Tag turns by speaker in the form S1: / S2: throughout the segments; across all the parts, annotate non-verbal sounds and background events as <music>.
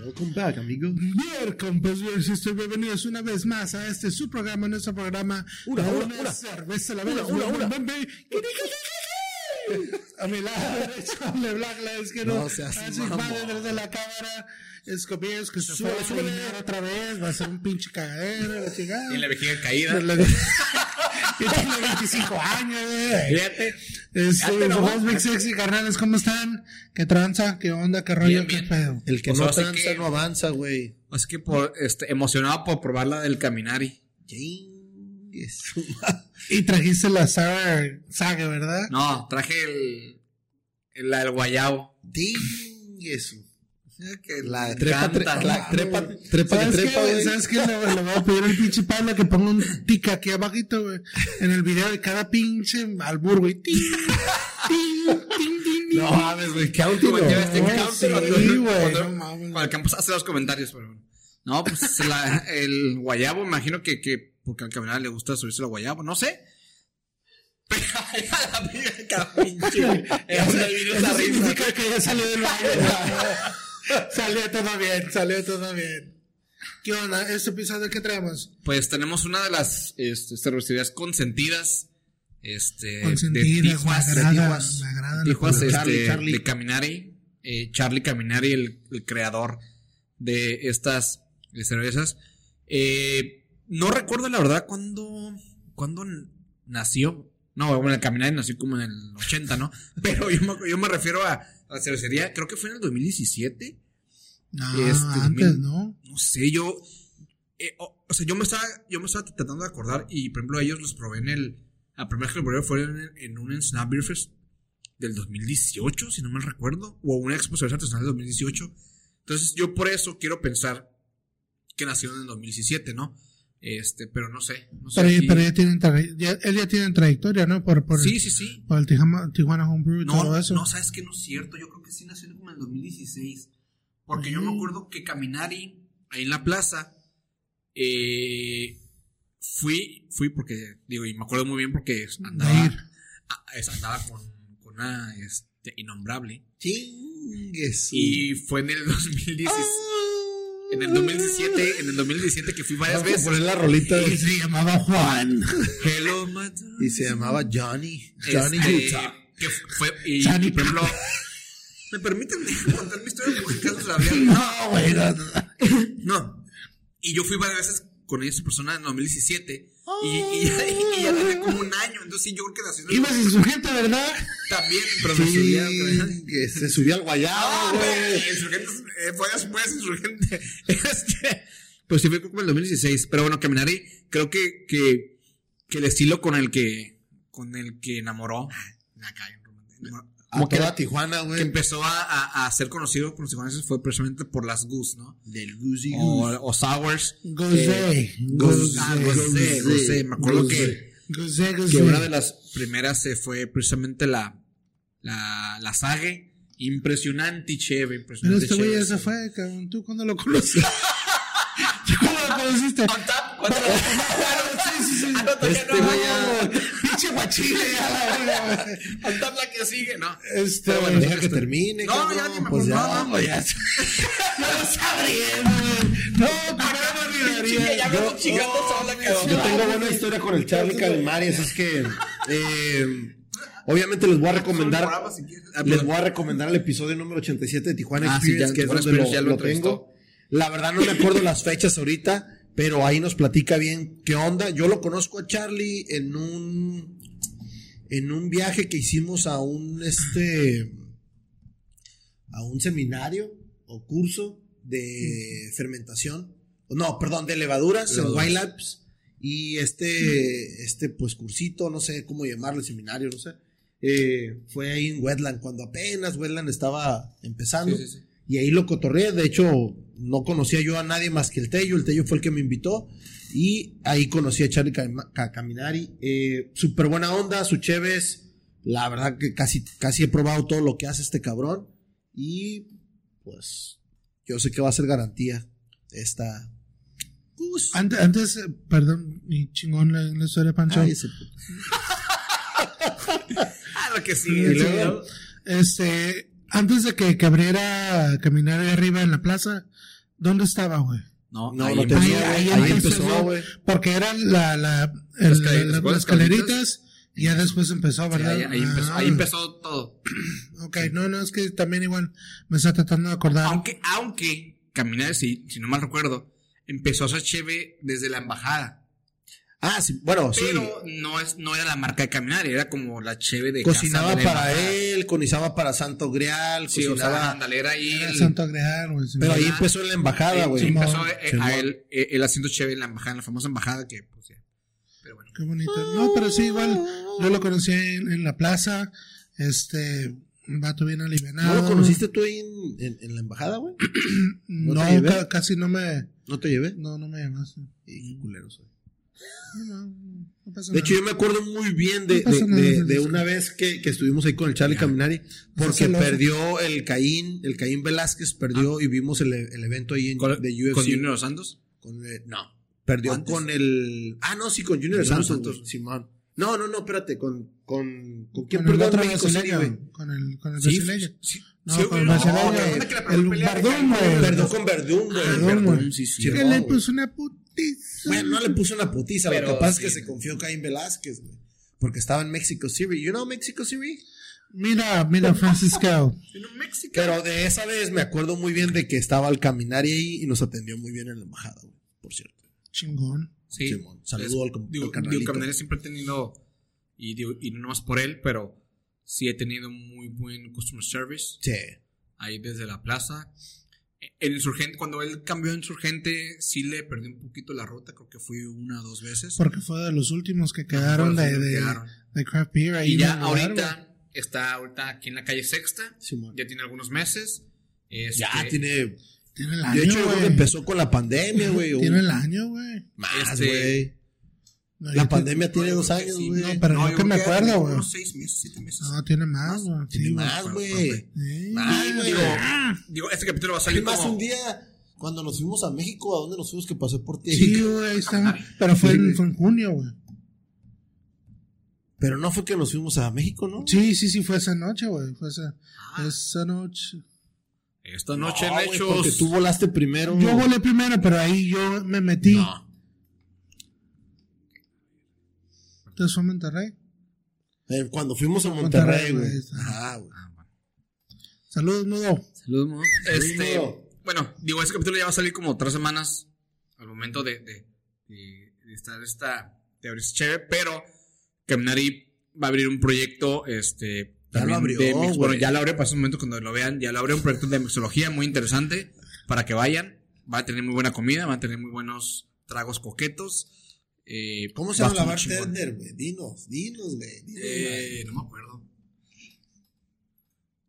S1: Welcome back, amigos.
S2: Welcome, pues, sisters, bienvenidos una vez más a este su programa, nuestro programa.
S1: Ura,
S2: A
S1: ura,
S2: una
S1: ura.
S2: cerveza a la vez.
S1: Ura, ura, ura.
S2: Ven, ven, ven. A mi lado <laughs> derecho, le Black la izquierda.
S1: No seas
S2: Así,
S1: mamón.
S2: madre, desde la cámara. Escobillas que se fue a
S1: Súbele, súbele.
S2: desayunar otra vez. Va a ser un pinche cagadero, la chingada.
S3: Y la vejiga
S2: Y
S3: caída.
S2: <laughs> tiene 25 años, güey.
S3: Fíjate. Ya
S2: Este,
S3: te enojó.
S2: Big Sexy, carnales, ¿cómo están? ¿Qué tranza? ¿Qué onda? ¿Qué rollo?
S3: Bien,
S2: ¿Qué
S3: bien.
S2: pedo?
S1: El que
S3: Pues
S1: no
S3: no sé
S1: tranza
S3: qué.
S1: no avanza, güey.
S3: Así que por, este, emocionado por probar la del Caminari.
S1: Chingue su
S2: <laughs>
S1: madre.
S2: Y trajiste la saga, saga ¿verdad?
S3: No, traje el, el- la del Guayabo.
S1: Chingue su- La
S3: Me
S1: trepa, tre-
S3: encanta.
S2: Ah,
S1: la trepa, trepa, que
S2: ¿Sabes
S1: trepa,
S2: qué?
S1: güey.
S2: ¿Sabes qué? Le, le voy a pedir al pinche Pablo que ponga un tic aquí abajito, güey. En el video de cada pinche albur, güey. Tin, tin, tin, tin, tin.
S1: No mames, güey. ¿Qué
S3: Como
S1: auto?
S3: ya ves, te
S2: No,
S3: encanta
S2: sí,
S3: cuando-
S2: güey,
S3: cuando-
S2: no mames.
S3: cuando el campo hace los comentarios, pero bueno. No, pues <laughs> la- el Guayabo, me imagino que, que porque al Caminari le gusta subirse al Guayabo, no sé. <laughs> Pero a la
S2: <laughs>
S3: verga, pinche, güey. Eso me vino esa
S2: Eso
S3: risa.
S2: significa que ya salió del baño.
S3: <laughs>
S2: salió todo bien, salió todo bien. ¿Qué onda? ¿Este episodio qué traemos?
S3: Pues tenemos una de las este, cervecerías consentidas. Este,
S2: Consentidas, me
S3: de Tijuas,
S2: agrada,
S3: de Tijuas,
S2: me agrada la
S3: Tijuas,
S2: palabra.
S3: este,
S2: Charlie, Charlie.
S3: de Caminari, eh, Charlie Caminari, el, el creador de estas eh, cervezas. Eh, no recuerdo la verdad cuándo, cuándo n- nació. No, bueno, el Caminari nació como en el 80, ¿no? <laughs> Pero yo me, yo me refiero a, a la cervecería, creo que fue en el 2017
S2: No,
S3: Este,
S2: Ah, antes,
S3: mil-
S2: ¿no?
S3: no sé, yo. eh, o, o sea, yo me estaba. Yo me estaba tratando de acordar. Y por ejemplo, ellos los probé en el. La primera vez que los probé fue en, en un Snap Beer Fest del 2018, si no mal recuerdo. O una exposición artesanal del 2018. Entonces, yo por eso quiero pensar que nació en el 2017, ¿no? Este, pero no sé. No sé
S2: Pero, ya-
S3: si-
S2: pero ya tienen, tra- ya, él ya tiene trayectoria, ¿no? Por, por,
S3: sí, sí, sí.
S2: por el Tijama- Tijuana Homebrew y todo
S3: No,
S2: eso.
S3: no, sabes que no es cierto. Yo creo que sí nació como en el 2016. Porque yo me
S2: Mm.
S3: acuerdo que Caminari, ahí en la plaza, eh, fui, fui porque, digo, y me acuerdo muy bien porque andaba,
S2: Nair.
S3: a- es- andaba con, con una este, innombrable.
S1: Chingue su-
S3: Y fue en el 2016. En el 2017, en el 2017 que fui varias
S1: Ah. Vamos a
S3: veces.
S1: poner la rolita.
S2: Y se llamaba
S3: <laughs>
S2: Juan.
S3: Hello, Madonna.
S1: Y se llamaba Johnny. Johnny
S3: Este,
S1: Utah.
S3: que fue, y,
S2: Johnny
S3: y, por ejemplo, ¿me permiten contar mi historia por si acaso la
S1: <laughs>
S3: había olvidado?
S2: <laughs> No, güey. no, no.
S3: No. Y yo fui varias veces con esa persona en 2017. Y, y, ya- <laughs> y ya tenía como un año. Entonces sí, yo creo que nació en el-
S2: Iba sin sujeto, ¿verdad?
S3: también, pero me subía.
S1: Chingue, Se subió al guayabo, güey.
S3: Insurgentes, eh, fue después insurgente. <laughs> Este, pues sí, fue como el 2016. Pero bueno, Caminari, creo que, que, que el estilo con el que, con el que enamoró. La calle, enamoró.
S1: A
S3: Como que,
S1: toda Tijuana,
S3: que
S1: güey.
S3: empezó a, a, a ser conocido por los tijuanenses fue precisamente por las Goose, ¿no?
S1: Del Goosey Goose.
S3: O, o Sours.
S2: Gozé.
S3: Gose, ah, Gose,
S1: Gose,
S3: Gose. Me acuerdo
S1: Gose.
S3: que,
S2: Gozé,
S3: que una
S2: gozé.
S3: de las primeras se fue precisamente la, la, la sague. Impresionante y
S2: Pero
S3: chévere. Impresionante
S2: este
S3: y
S2: güey
S3: chévere.
S2: ya se fue, cabrón. ¿Tú cuándo
S1: <laughs>
S2: lo conociste? ¿Tú cuándo lo conociste?
S3: On tap, <laughs> on tap.
S2: Sí, sí, sí.
S3: Ah, no, todavía
S1: Este
S3: no.
S1: güey ya-
S2: Pinche guachile, ya la verga, güey.
S3: On tap la que sigue, ¿no.
S2: Este,
S3: Pero
S1: Bueno,
S3: bueno,
S1: deja que termine.
S3: No,
S1: cabrón,
S3: ya ni me
S1: pues
S3: acordaba,
S1: ya,
S3: güey.
S1: güey, <laughs> ya.
S2: no lo sabría, güey. No, pero no me
S3: Chinga, ya
S2: olvidaría.
S3: vengo chingando sola, cabrón.
S1: Yo tengo buena historia con el Charlie Calimari, así es que eh, obviamente les voy a recomendar
S3: Programa, si quieres. Ah,
S1: les
S3: perdón.
S1: voy a recomendar el episodio número 87 de Tijuana
S3: Ah, sí,
S1: Experience,
S3: ya,
S1: que es
S3: Tijuana
S1: donde lo,
S3: Experience ya lo
S1: lo tengo.
S3: entrevistó.
S1: La verdad no me acuerdo las fechas ahorita, pero ahí nos platica bien qué onda. Yo lo conozco a Charlie en un en un viaje que hicimos a un este a un seminario o curso de fermentación. No, perdón, de levaduras,
S3: Levaduras.
S1: en Y Labs. Y este, este, pues, cursito, no sé cómo llamarlo, el seminario, no sé. eh, fue ahí en Wetland, cuando apenas Wetland estaba empezando.
S3: Sí, sí, sí.
S1: Y ahí lo cotorreé. De hecho, no conocía yo a nadie más que el Tello. El Tello fue el que me invitó. Y ahí conocí a Charlie Cam- Ca- Caminari. Eh, Súper buena onda, su Chévez. La verdad que casi, casi he probado todo lo que hace este cabrón. Y pues yo sé que va a ser garantía esta. Ah,
S2: Antes, antes, eh, perdón, mi chingón la, la historia, Pancho.
S1: Ay, ese puto.
S3: Ah, lo que
S2: Y
S3: sigue.
S2: luego, este, antes de que, que abriera caminar ahí arriba en la plaza, ¿Dónde estaba, güey?
S3: No,
S1: No,
S3: ahí
S1: lo
S3: empezó.
S1: tenía,
S2: ahí
S1: ahí,
S2: empezó,
S1: empezó, güey.
S2: Porque eran la, la,
S3: Las
S2: el-
S3: cal-
S2: la-
S3: las
S2: las escaleritas y ya después empezó,
S3: Sí,
S2: ¿verdad?
S3: ahí- ahí empezó-
S2: Ah,
S3: ahí empezó todo.
S2: Ok, no, no, es que también igual me está tratando de acordar.
S3: Aunque, aunque, Caminar, si, si no mal recuerdo, empezó a ser chévere desde la embajada.
S1: Ah, sí, bueno, sí.
S3: Pero no, es, no era la marca de Caminar, era como la chévere de
S1: Cocinaba
S3: casa de la
S1: para
S3: embajada.
S1: él, cocinaba para Santo Grial,
S3: Sí, o
S1: cocinaba.
S3: sea, ándale, era ahí.
S2: Era
S3: el-
S2: Santo Grial, güey. sí,
S1: pero ahí
S3: ¿verdad?
S1: empezó en la embajada,
S3: ahí
S1: güey.
S3: empezó eh,
S1: Simón.
S3: a él, eh, el asiento chévere en la embajada, en la famosa embajada que, pues, ya. Pero bueno.
S2: Qué bonito. No, pero sí, igual. Yo lo conocí en, en la plaza. Este. Un vato bien
S1: ¿No
S2: alivianado.
S1: lo conociste tú ahí en, en- en la embajada, güey?
S2: No,
S1: ¿No te llevé?
S2: ca- casi no me.
S1: ¿No te llevé?
S2: No, no me llamaste.
S1: Y qué culero soy.
S2: No, no, no pasa
S1: De
S2: nada.
S1: hecho, yo me acuerdo muy bien de,
S2: No pasa
S1: de-
S2: nada,
S1: de-
S2: no
S1: de
S2: pasa
S1: una vez que, que estuvimos ahí con el Charlie Caminari, porque
S2: celoso.
S1: perdió el Caín, el Caín Velázquez perdió y vimos el, e, el evento ahí en,
S3: Ah. ¿Con,
S1: de UFC.
S3: con Junior Santos?
S1: Con el- no, perdió
S3: ¿Antes?
S1: con el. Ah, no, sí, con
S3: Junior
S1: Junior Santos,
S3: Santos.
S1: güey, Simón. No, no, no, espérate, con. ¿Con, ¿con quién
S2: Con el
S1: perdió en
S2: otro
S1: México City,
S2: brasileño,
S1: güey?
S2: Con el, con el
S3: Sí,
S2: brasileño.
S3: sí.
S2: No,
S3: sí,
S2: con
S3: güey,
S2: el
S3: no,
S2: brasileño.
S3: la onda que la
S2: el
S3: primera pelea de
S2: Verdún,
S3: Canelo,
S2: güey.
S1: Perdió con Ah, Verdún, güey.
S2: Verdún, güey.
S1: sí, sí.
S2: Que
S1: Simón,
S2: le
S1: güey.
S2: puso una putiza.
S1: Bueno, no le puso una putiza, pero
S3: Pero
S1: capaz es
S3: sí.
S1: que se confió Caín Velázquez, güey. Porque estaba en Mexico City. You know Mexico City?
S2: Mira, mira, Francisco.
S3: En un México.
S1: Pero de esa vez me acuerdo muy bien de que estaba al caminar y ahí y nos atendió muy bien en la embajada, güey, por cierto.
S2: Chingón.
S3: Sí.
S1: Simón, saludo al com-
S3: digo,
S1: al carnalito.
S3: digo, Caminera siempre he tenido, y, digo, y no nomás por él, pero sí he tenido muy buen customer service
S1: Sí.
S3: ahí desde la plaza. El insurgente, cuando él cambió a insurgente, sí le perdí un poquito la ruta, creo que fui una o dos veces.
S2: Porque fue de los últimos que quedaron de, de,
S3: Quedaron.
S2: de Craft Beer. Ahí
S3: Y
S2: en
S3: ya
S2: el lugar,
S3: ahorita está ahorita aquí en la calle Sexta,
S1: Simón.
S3: ya tiene algunos meses. Este,
S1: Ya tiene.
S2: güey. Tiene el año,
S1: De hecho, yo creo que
S2: güey.
S1: empezó con la pandemia, güey. o
S2: <laughs> Tiene el año, güey.
S1: Más,
S3: Este-
S1: güey.
S2: No, yo
S1: La
S2: te-
S1: pandemia tiene
S3: yo
S1: dos
S3: creo que
S1: años,
S3: sí,
S1: güey.
S2: no, pero yo
S3: yo
S2: que me
S3: creo
S2: acuerdo,
S3: tiene
S2: güey. Ah,
S3: Unos seis meses, siete meses.
S2: No, tiene más, güey.
S1: Tiene
S2: Sí, güey.
S1: más,
S3: güey.
S1: güey.
S2: Sí.
S1: Más, güey.
S3: Digo, digo, este capítulo va a
S1: Y
S3: salir
S1: más
S3: como...
S1: un día, cuando nos fuimos a México, ¿a dónde nos fuimos que pasé por ti?
S2: Sí, güey, ahí está. Pero fue, en, fue en junio, güey.
S1: Pero no fue que nos fuimos a México, ¿no?
S2: Sí, sí, sí, fue esa noche, güey. Fue esa,
S3: Ah,
S2: esa noche.
S3: Esta noche
S1: No,
S3: en
S1: güey,
S3: hechos.
S1: Porque tú volaste primero.
S2: Yo volé primero, pero ahí yo me metí.
S1: No.
S2: Entonces fue a Monterrey.
S1: Eh, cuando fuimos a Monterrey,
S2: Monterrey,
S1: güey.
S2: güey, está.
S1: Ajá, güey.
S3: Ah, bueno.
S2: Saludos, mudo.
S3: Saludos, Este,
S1: Saludos.
S3: bueno, digo, ese capítulo ya va a salir como tres semanas al momento de, de, de- de estar esta teoría chévere, pero Caminari va a abrir un proyecto, este...
S1: Ya lo abrió,
S3: también de mix- bueno,
S1: güey.
S3: ya lo abrió para ese momento cuando lo vean, ya lo abrió un proyecto de mixología muy interesante para que vayan. Va a tener muy buena comida, va a tener muy buenos tragos coquetos. eh,
S1: ¿Cómo se llama
S3: va
S1: la
S3: a estar muy chingón.
S1: bartender, güey? Dinos, dinos, güey. dinos, güey.
S3: Eh, no me acuerdo.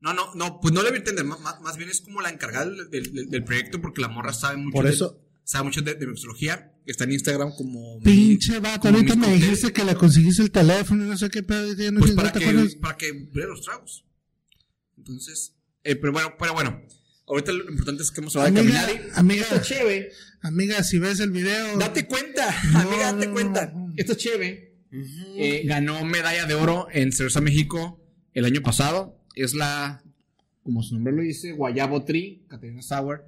S3: No, no, no, pues no le voy a entender. ma- ma- Más, bien es como la encargada del, del- del proyecto porque la morra sabe mucho.
S1: Por
S3: de-
S1: eso-
S3: sabe mucho de, de mixología. Está en Instagram como.
S2: Pinche vato,
S3: como
S2: ahorita
S3: Miss
S2: me
S3: Cocktail.
S2: dijiste que le conseguiste el teléfono y no sé qué pedo. y ya no
S3: Pues
S2: sé,
S3: para
S2: ¿no te
S3: que,
S2: acuerdas?
S3: para que vea los tragos. Entonces, eh, pero bueno, pero bueno. Ahorita lo importante es que hemos hablado de
S2: Amiga,
S3: caminar. y-
S2: amiga,
S3: Esto es chévere.
S2: amiga, si ves el video,
S3: Date cuenta,
S2: No,
S3: amiga, date
S2: no,
S3: cuenta.
S2: no, no.
S3: Esto es chévere. Eh, ganó medalla de oro en Cerveza México el año pasado. Es la, como su nombre lo dice, Guayabo Tree, Catarina Sour.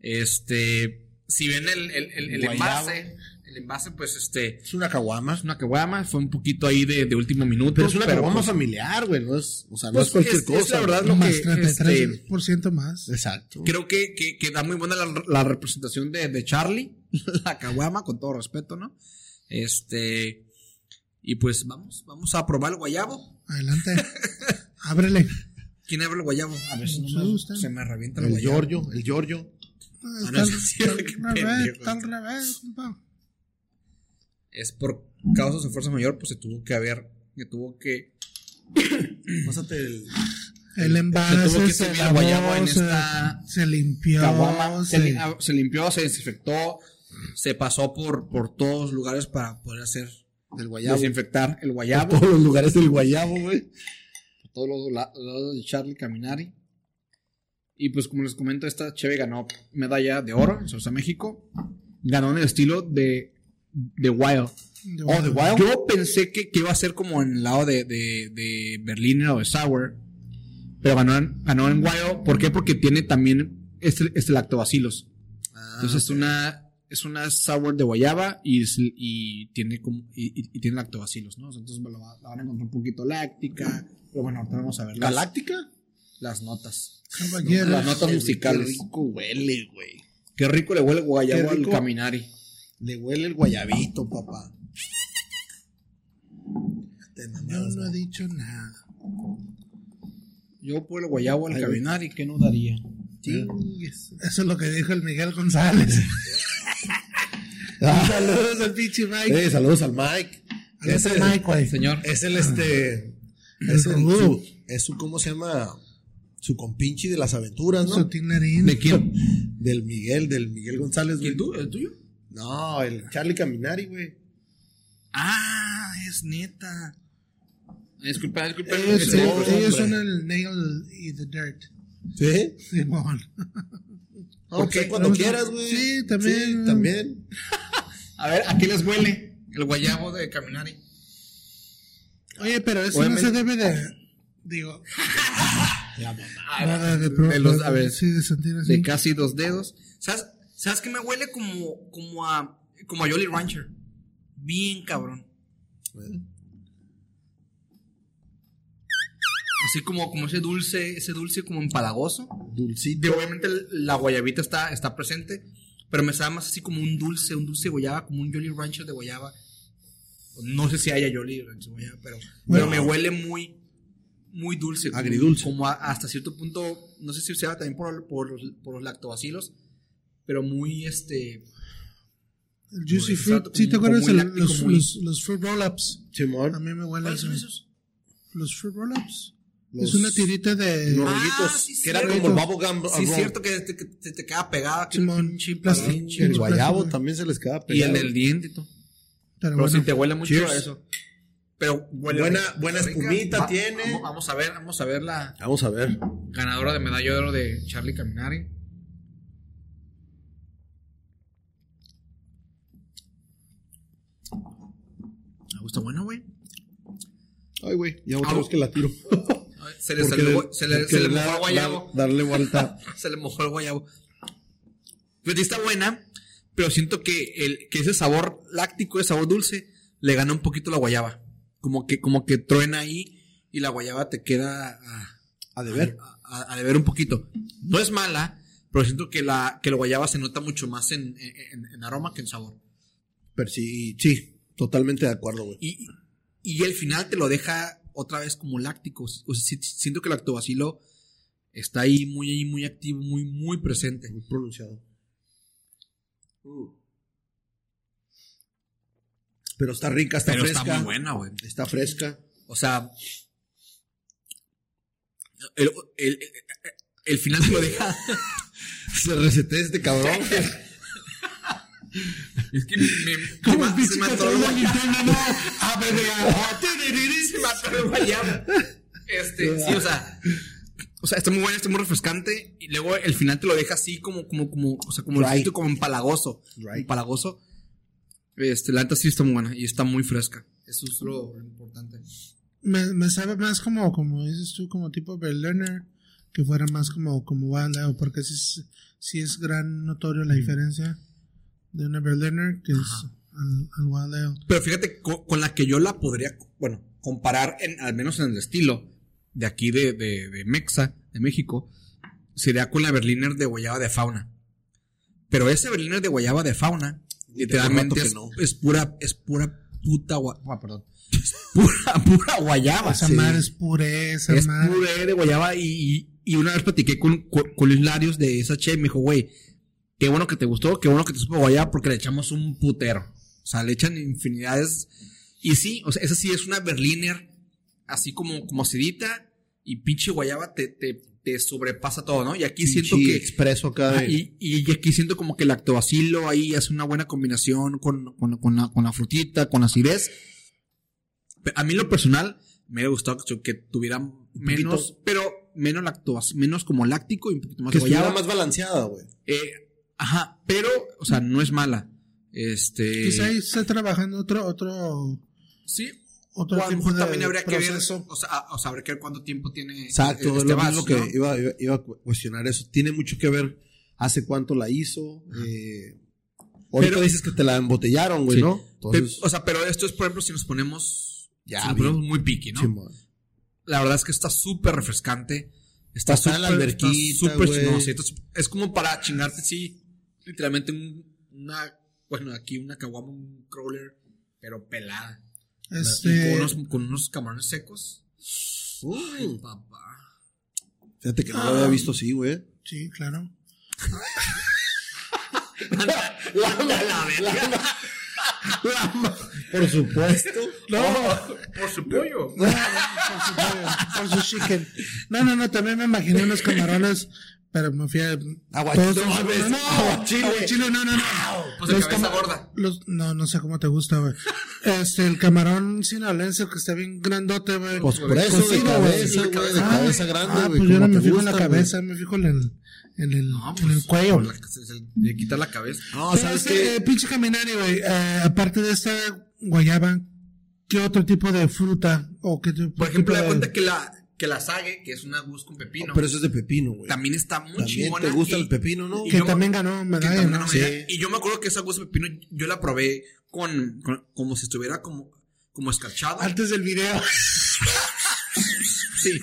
S3: Este, si ven el, el, el- el
S1: Guayabo.
S3: envase, el envase, pues este,
S1: Es una caguama.
S3: es una caguama, fue un poquito ahí de, de último minuto.
S1: Pero es una
S3: pero,
S1: caguama
S3: pues,
S1: familiar, güey. No es, o sea, no
S3: Pues
S1: es cualquier
S3: es- es la
S1: cosa.
S3: verdad
S1: güey.
S3: lo
S2: más
S3: que, este,
S2: 33% más.
S1: Exacto.
S3: creo que, que, que da muy buena la, la representación de, de Charlie, <laughs> la caguama, con todo respeto, ¿no? Este, y pues vamos, vamos a probar el guayabo.
S2: Adelante. Ábrele.
S3: ¿Quién abre el guayabo? A ver, si no
S2: Sí,
S3: me
S2: usted.
S3: Se me revienta el
S1: El
S3: guayabo.
S1: Giorgio, el Giorgio.
S2: Ah,
S3: no,
S2: Está
S3: sí,
S2: está al
S3: qué
S2: revés,
S3: pendejo.
S2: está al revés, compa.
S3: Es por causas de fuerza mayor, pues se tuvo que haber, se tuvo que...
S1: Pásate el.
S2: El envase
S3: tuvo que
S2: se,
S3: servir
S2: lavó,
S3: guayabo en
S2: se,
S3: esta
S2: se limpió.
S3: caguama.
S2: se-
S3: Se, li- ah, se limpió, se desinfectó, se pasó por, por todos los lugares para poder hacer,
S1: Del guayabo.
S3: desinfectar el
S1: Por
S3: guayabo.
S1: todos los lugares del guayabo, güey.
S3: Por todos los la- lados de Charlie Caminari. Y pues como les comento, esta Cheve ganó medalla de oro en Salsa México. Ganó en el estilo de, de Wild.
S2: de
S1: Oh, de guayabo.
S3: Yo pensé que, que iba a ser como en el lado de, de, de Berliner o de Sauer. Pero ganó en, ganó en Guayo. ¿Por qué? Porque tiene también este, este lactobacilos.
S1: Ah,
S3: Entonces es una es una sour de guayaba y, es- y tiene como y, y- y tiene lactobacilos, ¿no? O sea, entonces la, va- la van a encontrar un poquito láctica, pero bueno, ahorita vamos a ver las,
S1: ¿Galáctica?
S3: las notas.
S2: Caballero.
S3: las notas musicales.
S1: Qué rico huele, güey.
S3: Qué rico le huele guayaba
S1: Qué
S3: al
S1: rico.
S3: caminari.
S1: Le huele el guayabito, papá. Te
S2: Yo
S1: mamadas,
S2: no he
S1: güey.
S2: dicho nada.
S3: Yo por el guayabo al
S1: Ay,
S3: caminari, ¿qué no daría?
S2: Chingues. Eso es lo que dijo el Miguel González.
S1: Ah,
S2: Saludos al pinche Mike.
S1: eh, saludos al Mike.
S2: Saludos
S1: Ese-
S2: al Mike, Ah. güey.
S3: Señor,
S1: Es el este.
S2: El
S1: es, el,
S2: rudo.
S1: su, es su, ¿cómo se llama? Su compinche de las aventuras,
S2: Su
S1: ¿no?
S2: tinarín.
S3: ¿de quién?
S1: Del Miguel, del Miguel González, güey.
S3: ¿Quién tú? ¿El tuyo?
S1: No, el Charlie Caminari, güey.
S3: Ah, es neta. Disculpa, disculpa.
S2: Ellos,
S1: El
S2: son-
S1: hombre.
S2: ellos son el nail y the dirt.
S1: ¿Sí?
S2: Simón.
S1: Ok,
S2: Ok,
S1: pues, cuando
S2: vamos a-
S1: quieras, güey.
S2: Sí, también.
S1: Sí, también.
S3: A ver, ¿a qué les huele el guayabo de caminari?
S2: Oye, pero eso
S3: Obviamente-
S2: no se debe de. Digo,
S1: La mamá.
S2: nada de,
S3: de los- a ver,
S2: sí, de sentir así.
S3: Ah, de casi dos dedos. ¿Sabes, ¿Sabes qué me huele como, como a como a Jolly Rancher? Bien cabrón. Así como, como ese dulce, ese dulce como empalagoso.
S1: Dulcito.
S3: De, obviamente el- la guayabita está, está presente, pero me sabe más así como un dulce, un dulce de guayaba, como un Jolly Rancher de guayaba. No sé si haya Jolly Rancher de guayaba, pero, pero me huele muy muy dulce. como-
S1: Agridulce.
S3: Como a- hasta cierto punto, no sé si sea también por, por, los- por los lactobacilos, pero muy este...
S2: El Juicy
S3: Muy
S2: Fruit.
S3: exacto,
S2: ¿Sí te
S3: como-
S2: acuerdas
S3: como
S2: el-
S3: láctico,
S2: los,
S3: muy-
S2: los, los Fruit Roll-Ups? A
S1: Simón.
S2: mí me huelen
S3: ¿Cuáles son
S2: esos.
S3: esos?
S2: Los Fruit Roll-Ups.
S1: Los-
S2: Es una tirita de.
S1: Los
S3: Ah,
S1: rollitos.
S3: sí,
S1: que era
S3: cierto.
S1: como el babo gum.
S3: Sí, es cierto que te, que te- te queda pegada. que
S2: Simón,
S3: un pinche
S2: plástico.
S3: palabra.
S1: El guayabo también se les queda
S3: Y el
S1: pegado.
S3: del diente. y todo.
S2: Pero
S3: Pero
S2: bueno,
S3: sí te huele mucho
S1: Cheers.
S3: a eso. Pero huele
S1: Buena-
S3: rico.
S1: buena
S3: Rica.
S1: espumita tiene.
S3: Vamos, vamos a ver, vamos a ver la
S1: Vamos a ver.
S3: ganadora de medalla de oro de Charlie Caminari.
S1: Ah,
S3: Me
S1: pues,
S3: gusta buena, güey.
S1: Ay, güey. Ya otra
S3: Ah,
S1: vez que la tiro.
S3: Se le,
S1: Porque
S3: se
S1: del-
S3: le- se le-
S1: porque
S3: se
S1: de
S3: le mojó el
S1: dar-
S3: guayabo.
S1: dar- darle vuelta.
S3: Se le mojó el guayabo. Pues está buena, pero siento que, el, que ese sabor láctico, ese sabor dulce, le gana un poquito la guayaba. Como que, como que truena ahí y la guayaba te queda ah,
S1: A deber.
S3: a, a deber un poquito. No es mala, pero siento que la, que la guayaba se nota mucho más en, en- en aroma que en sabor.
S1: Pero sí, sí. Totalmente de acuerdo, güey.
S3: Y, y el final te lo deja otra vez como láctico. O sea, si- siento que el lactobacilo está ahí muy, ahí, muy activo, muy, muy presente.
S1: Muy pronunciado. Pero está rica, está
S3: Pero
S1: fresca.
S3: está muy buena, güey.
S1: Está fresca.
S3: O sea, el, el- el- el final te lo deja.
S1: <laughs> Se reseté este <laughs> cabrón.
S3: es que me,
S2: Como
S3: se
S2: el
S3: me- se
S2: pinche
S3: me atoró
S2: control
S3: el
S2: de
S3: guayabo.
S2: Nintendo, no. A ver, vea.
S3: <laughs> Se me atoró el guayabo. Este, sí, o sea. O sea, está muy bueno, está muy refrescante. Y luego el final te lo deja así como, como, como, o sea, como,
S1: Dry.
S3: sitio como empalagoso.
S1: Dry.
S3: Empalagoso. Este, la neta sí está muy buena y está muy fresca. Eso es lo importante.
S2: Me, me sabe más como, como dices tú, como tipo Berliner, que fuera más como, como bala, o porque sí es, sí es gran notorio
S3: Mm.
S2: la diferencia de una Berliner que es al, al Wild Ale.
S3: Pero fíjate, co- con, la que yo la podría, bueno, comparar, en, al menos en el estilo de aquí de, de, de Mexa, de México, sería con la Berliner de Guayaba de Fauna. Pero ese Berliner de Guayaba de Fauna, literalmente
S1: rato que
S3: es,
S1: no.
S3: es pura, es pura puta gua- ah, perdón. Es pura, pura guayaba.
S2: Esa
S3: Ah, Sí.
S2: madre es pureza,
S3: Es
S2: madre.
S3: puré de guayaba y, y- y una vez platiqué con, con, con Luis Larios de esa che y me dijo, güey, qué bueno que te gustó, qué bueno que te supo guayaba porque le echamos un putero. O sea, le echan infinidades. Y sí, o sea, esa sí es una Berliner así como, como acidita y pinche guayaba te, te, te sobrepasa todo, ¿no? Y aquí siento
S1: Pinche
S3: que...
S1: expreso acá.
S3: Ah,
S1: de-
S3: y, y aquí siento como que el lactobacilo ahí hace una buena combinación con, con, con la, con la frutita, con la acidez. Pe- A mí en lo personal me hubiera gustado que, que tuviera menos, pero menos lactobas, menos como láctico y un poquito más
S1: que
S3: de
S1: estuviera
S3: guayaba.
S1: más balanceada, güey.
S3: Eh, ajá, pero, o sea, no es mala. Este.
S2: Quizá ahí está trabajando otro, otro,
S3: Sí.
S2: otro
S3: O a lo
S2: tipo
S3: mejor
S2: de
S3: también habría
S2: proceso.
S3: que ver, o sea, a- o sea, habría que ver cuánto tiempo tiene
S1: Exacto,
S3: este
S1: es lo
S3: vaso,
S1: mismo que
S3: ¿no?
S1: iba, iba- iba a cu- cuestionar eso. Tiene mucho que ver hace cuánto la hizo. Eh, ahorita
S3: Pero-
S1: dices que te la embotellaron, güey,
S4: Sí.
S1: ¿no?
S3: Pe-
S1: Entonces,
S3: o sea, pero esto es, por ejemplo, si nos ponemos.
S1: Ya,
S3: si nos
S1: bien.
S3: ponemos muy picky, ¿no?
S1: Simón.
S3: La verdad es que está súper refrescante. Está
S1: Está
S3: súper.
S1: en la
S3: está
S1: alberquita,
S3: súper
S1: güey.
S3: no, sí, está sup- Es como para chingarte, sí. Literalmente un- una. Bueno, aquí una caguama, un crawler, pero pelada. Y
S2: Este,
S3: con, unos, con unos camarones secos. Ay,
S1: Uh,
S3: papá.
S1: fíjate que no lo
S3: Ah.
S1: había visto así, güey.
S2: sí, claro.
S3: Anda la verga.
S1: Por supuesto.
S2: No,
S3: Por su pollo.
S2: por su pollo, por su chicken. No, no, no, también me imaginé unos camarones, pero me fui a.
S1: Aguachile,
S2: todos-
S1: no mames,
S2: no, no,
S1: aguachile.
S2: aguachile, no, no, no.
S3: Pues de
S2: Los
S3: cabeza
S2: cama-
S3: gorda.
S2: los- no, no sé cómo te gusta, güey. Este, el camarón sinaloense que está bien grandote, güey.
S1: Pues por eso, de
S2: Cocido, güey.
S1: cabeza,
S3: De
S1: güey, de
S3: cabeza.
S1: cabeza grande,
S2: Ah,
S1: güey.
S2: pues yo no
S1: como
S2: me
S1: te
S2: fijo en la
S1: gusta,
S2: cabeza, me fijo en el, en el,
S3: No,
S2: en el
S3: pues,
S2: cuello.
S3: por la- se- se- Le quita la cabeza.
S1: güey. No,
S2: Pero
S1: ¿sabes
S2: este,
S1: qué?
S2: eh, pinche caminari, güey. eh, aparte de esta guayaba, ¿qué otro tipo de fruta? O qué tipo,
S3: Por ejemplo,
S2: tipo
S3: le da
S2: de-
S3: cuenta que la, que la sague, que es una gus con pepino,
S1: Ah, Pero eso es de pepino, güey.
S3: también está muy
S1: También
S3: chingona.
S1: te gusta
S3: y-
S1: el pepino, ¿no?
S3: y
S2: que
S3: yo-
S2: también ganó
S3: que
S2: medalla,
S3: también
S2: ¿no?
S3: no me
S1: Sí.
S3: da- Y yo me acuerdo que esa gus de pepino yo la probé con, con- como si estuviera como, como
S1: Ah,
S3: escarchada.
S2: Antes del video. <laughs>
S3: Sí.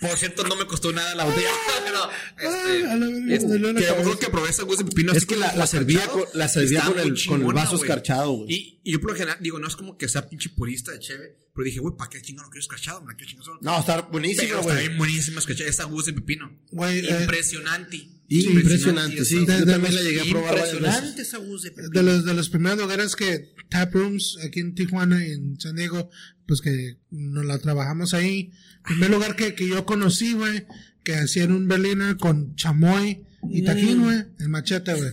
S3: Por cierto, no me costó nada la botella. <laughs> pero, este,
S2: Ah, a la verga,
S3: este,
S2: me dolió la
S3: que yo me acuerdo
S2: cabeza.
S3: que probé esa gus de pepino.
S1: Es
S3: así
S1: que
S3: como
S1: la- la servía
S3: escarchado,
S1: con- la servía
S3: está
S1: con el-
S3: muy
S1: con el
S3: chingona,
S1: vaso
S3: güey.
S1: escarchado, güey.
S3: Y, y yo por lo general, digo, no es como que sea pinche purista de cheve, pero dije, güey, ¿para qué chingón no quiero escarchado? ¿Para qué chingón solo?
S1: No, está
S3: Pero
S1: buenísimo,
S3: está
S1: güey.
S3: bien buenísima, escuché esa gus de pepino.
S2: Güey, eh,
S3: Impresionante.
S1: Y Impresionante, sí.
S2: De-
S1: Yo
S2: de
S1: también la
S2: los-
S1: llegué a probar varias veces.
S3: Impresionante esa gus de pepino.
S2: de los, de los primeros lugares que Tap Rooms aquí en Tijuana y en San Diego, pues que nos la trabajamos ahí. Primer lugar que, que yo conocí, güey, que hacían un Berliner con chamoy
S1: Mm.
S2: y tajín, güey, el machete, güey.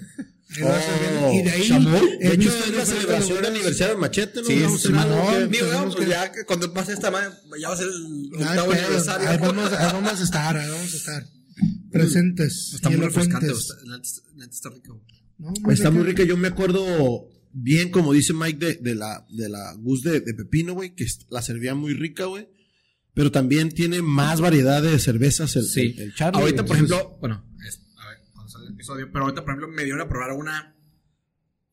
S2: Ahí lo hacen bien. Y de ahí,
S1: Oh, Chamoy.
S2: he
S1: De hecho,
S2: visto
S1: es
S2: en
S1: la
S2: diferentes
S1: celebración de
S2: lugares.
S1: aniversario del machete, ¿no?
S2: Sí,
S1: Vamos
S2: es
S1: a cenar,
S2: mamón.
S1: ¿o qué?
S3: Digo,
S2: Tenemos
S3: no, pues
S2: que-
S3: ya que cuando pase esta madre, pues ya va a ser el
S2: No hay
S3: octavo
S2: pedo,
S3: aniversario.
S2: ahí vamos, ahí vamos a estar, ahí vamos a estar.
S1: Mm.
S2: Presentes.
S3: Está
S2: y
S3: muy refrescante,
S2: elocuentes.
S3: está- la neta está- la neta está rico.
S2: No,
S1: Pues Está muy rica. Yo me acuerdo bien, como dice Mike, de, de la, de la gus de, de pepino, güey, que est- la servía muy rica, güey. Pero también tiene más variedad de cervezas el,
S4: Sí.
S1: el, el Charlie,
S3: Ahorita,
S1: güey.
S3: por
S1: Entonces,
S3: ejemplo, bueno, es- a ver, cuando sale el episodio, pero ahorita, por ejemplo, me dieron a probar una,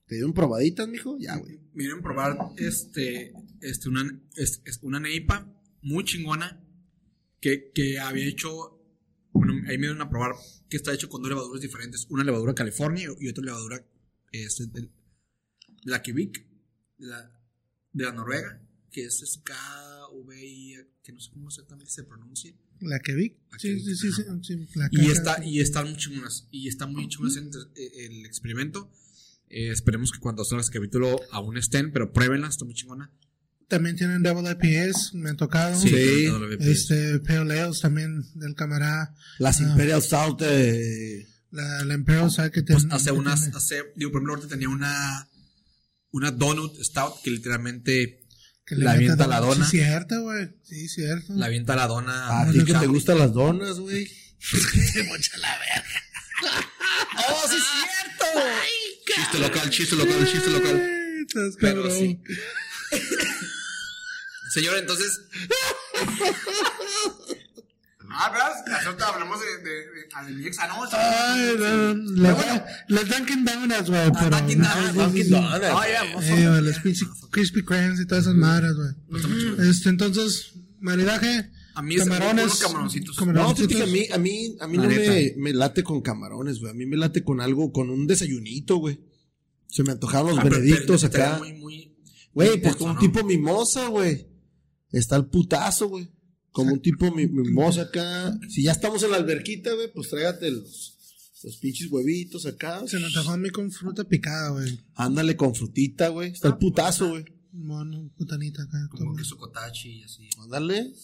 S1: ¿Te dieron probaditas, mijo? Ya, güey.
S3: me dieron a probar este, este, una, es- es una neipa muy chingona que, que había hecho, bueno, ahí me dieron a probar que está hecho con dos levaduras diferentes, una levadura California y otra levadura, este, de, de la Kivik, de la, de la Noruega, que es SKVI, E, que no sé cómo exactamente se pronuncia.
S2: La que vi. Sí, sí, sí. sí, sí, la
S3: Y,
S2: caja.
S3: está, y están muy chingonas. Y está muy chingonas el, el experimento. Eh, esperemos que cuando salga este capítulo aún estén, pero pruébenlas, está muy chingona.
S2: También tienen Double IPS, me ha tocado.
S1: Sí.
S3: no lo había pedido.
S2: Este, Pale Ales también del camarada.
S1: Las
S2: Ah.
S1: Imperial Stout eh, de...
S2: La, la Imperial sabe que
S3: Pues
S2: ten- eh,
S3: hace
S2: que
S3: unas,
S2: tiene-
S3: hace, digo, por ejemplo, ahorita tenía una, una donut stout que literalmente
S2: que le
S3: la
S2: mete
S3: avienta la
S2: dos-
S3: dona.
S2: Sí, cierto, güey. Sí, cierto.
S3: la avienta la dona.
S1: Ah,
S3: al
S1: ¿a ti que te
S3: chavo.
S1: gustan las donas,
S3: <laughs>
S1: güey?
S3: ¡Oh, sí es cierto! chiste local, chiste local, chiste local.
S2: Ay, estás
S3: Pero
S2: cabrón.
S3: sí. Señor, entonces. Ah, ¿verdad? Ahorita hablamos de, de, de, a de mi ex. Ah, no, sí.
S2: Ay, no, no, la- Las Dunkin' Donuts, güey. pero-
S3: Dunkin' Ah, Donuts,
S2: Ay, sí,
S3: Dunkin'
S2: sí, sí.
S1: Donuts.
S3: Ah, ya, vamos a-
S2: Eh, güey, las pinches Krispy Kremes y todas esas madres, güey. Este, entonces, maridaje.
S3: A mí es-
S2: camarones.
S3: unos camaroncitos.
S1: No, fíjate que a mí, a mí, a mí no
S3: La
S1: me,
S3: neta.
S1: me late con camarones, güey. A mí me late con algo, con un desayunito, güey. Se me antojaron los
S3: Ah, pero- pero
S1: benedictos
S3: estaría
S1: acá.
S3: Muy, muy,
S1: Güey,
S3: muy
S1: pues
S3: intenso,
S1: como un
S3: ¿no?
S1: tipo mimosa, güey. Está el putazo, güey. Como un tipo mi- mimosa acá. Si ya estamos en la alberquita, güey, pues tráigate los, los pinches huevitos acá.
S2: Se nos dejó a mí con fruta picada, güey.
S1: Ándale con frutita, güey. Está
S3: Ah,
S1: el putazo, güey.
S2: Mono, putanita acá.
S3: Como
S2: todo.
S3: que su cotachi y así.
S1: Pues Ándale.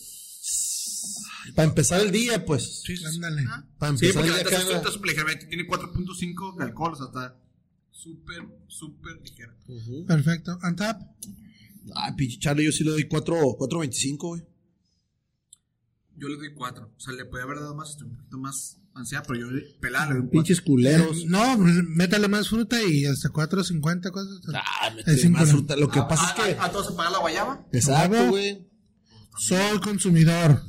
S1: Para empezar el día, pues.
S2: Ándale.
S1: Para
S3: Sí,
S1: empezar el
S3: porque la
S1: día
S3: neta
S1: acá.
S3: está- está súper ligeramente. Tiene 4.5 de alcohol, o sea, está súper, súper ligera.
S1: Ujú.
S2: Perfecto. Antap.
S1: Ay, pinche Charlie, yo sí le doy cuatro- 4.25, güey.
S3: Yo le doy 4. O sea, le podía haber dado más, estoy un poquito más ansiada, pero yo le- pelada le doy un 4.
S1: Pinches culeros.
S2: Eh, No, pues, métale más fruta y hasta 4.50 cosas.
S1: Ah,
S2: Es
S1: métele
S2: sin
S1: más
S2: color.
S1: fruta. Lo que
S3: Ah,
S1: pasa es que.
S3: ¿A todos se paga la guayaba?
S1: Exacto,
S3: ah,
S2: huevo.
S1: güey.
S2: Soy consumidor.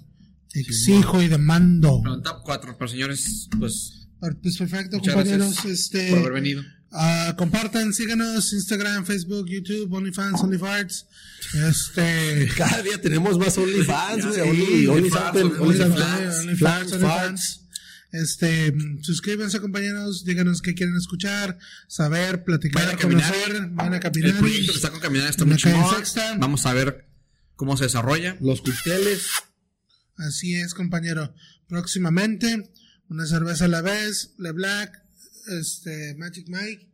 S2: Exijo y demando.
S3: Pero en tap 4, pero señores, pues
S2: Pues perfecto,
S3: Ah. Muchas
S2: compañeros.
S3: gracias
S2: este,
S3: por haber venido.
S2: Ah, compartan, síganos, Instagram, Facebook, YouTube, OnlyFans, OnlyFarts. Este.
S1: Cada día tenemos más OnlyFans,
S3: Ya,
S1: güey.
S3: sí,
S1: Only-
S3: <laughs> OnlyFans,
S1: OnlyFans,
S3: OnlyFans,
S1: OnlyFans,
S2: OnlyFans,
S1: Flans, Farts.
S2: OnlyFans. Este, mm, suscríbanse compañeros, díganos qué quieren escuchar, saber, platicar,
S3: Vayan a caminar.
S2: conocer, van a
S3: El
S2: caminar.
S3: proyecto que está con Caminar está
S2: en la
S3: muy
S2: calle
S3: chingón.
S2: Sexta.
S3: Vamos a ver cómo se desarrolla.
S1: Los cócteles.
S2: Así es, compañero. Próximamente, una cerveza a la vez, Le Black, este, Magic Mike,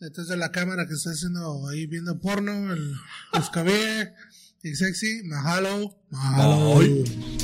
S2: detrás de la cámara que está haciendo ahí viendo porno, el Escabé, y Sexy, Mahalo, Mahalo.
S1: Ay.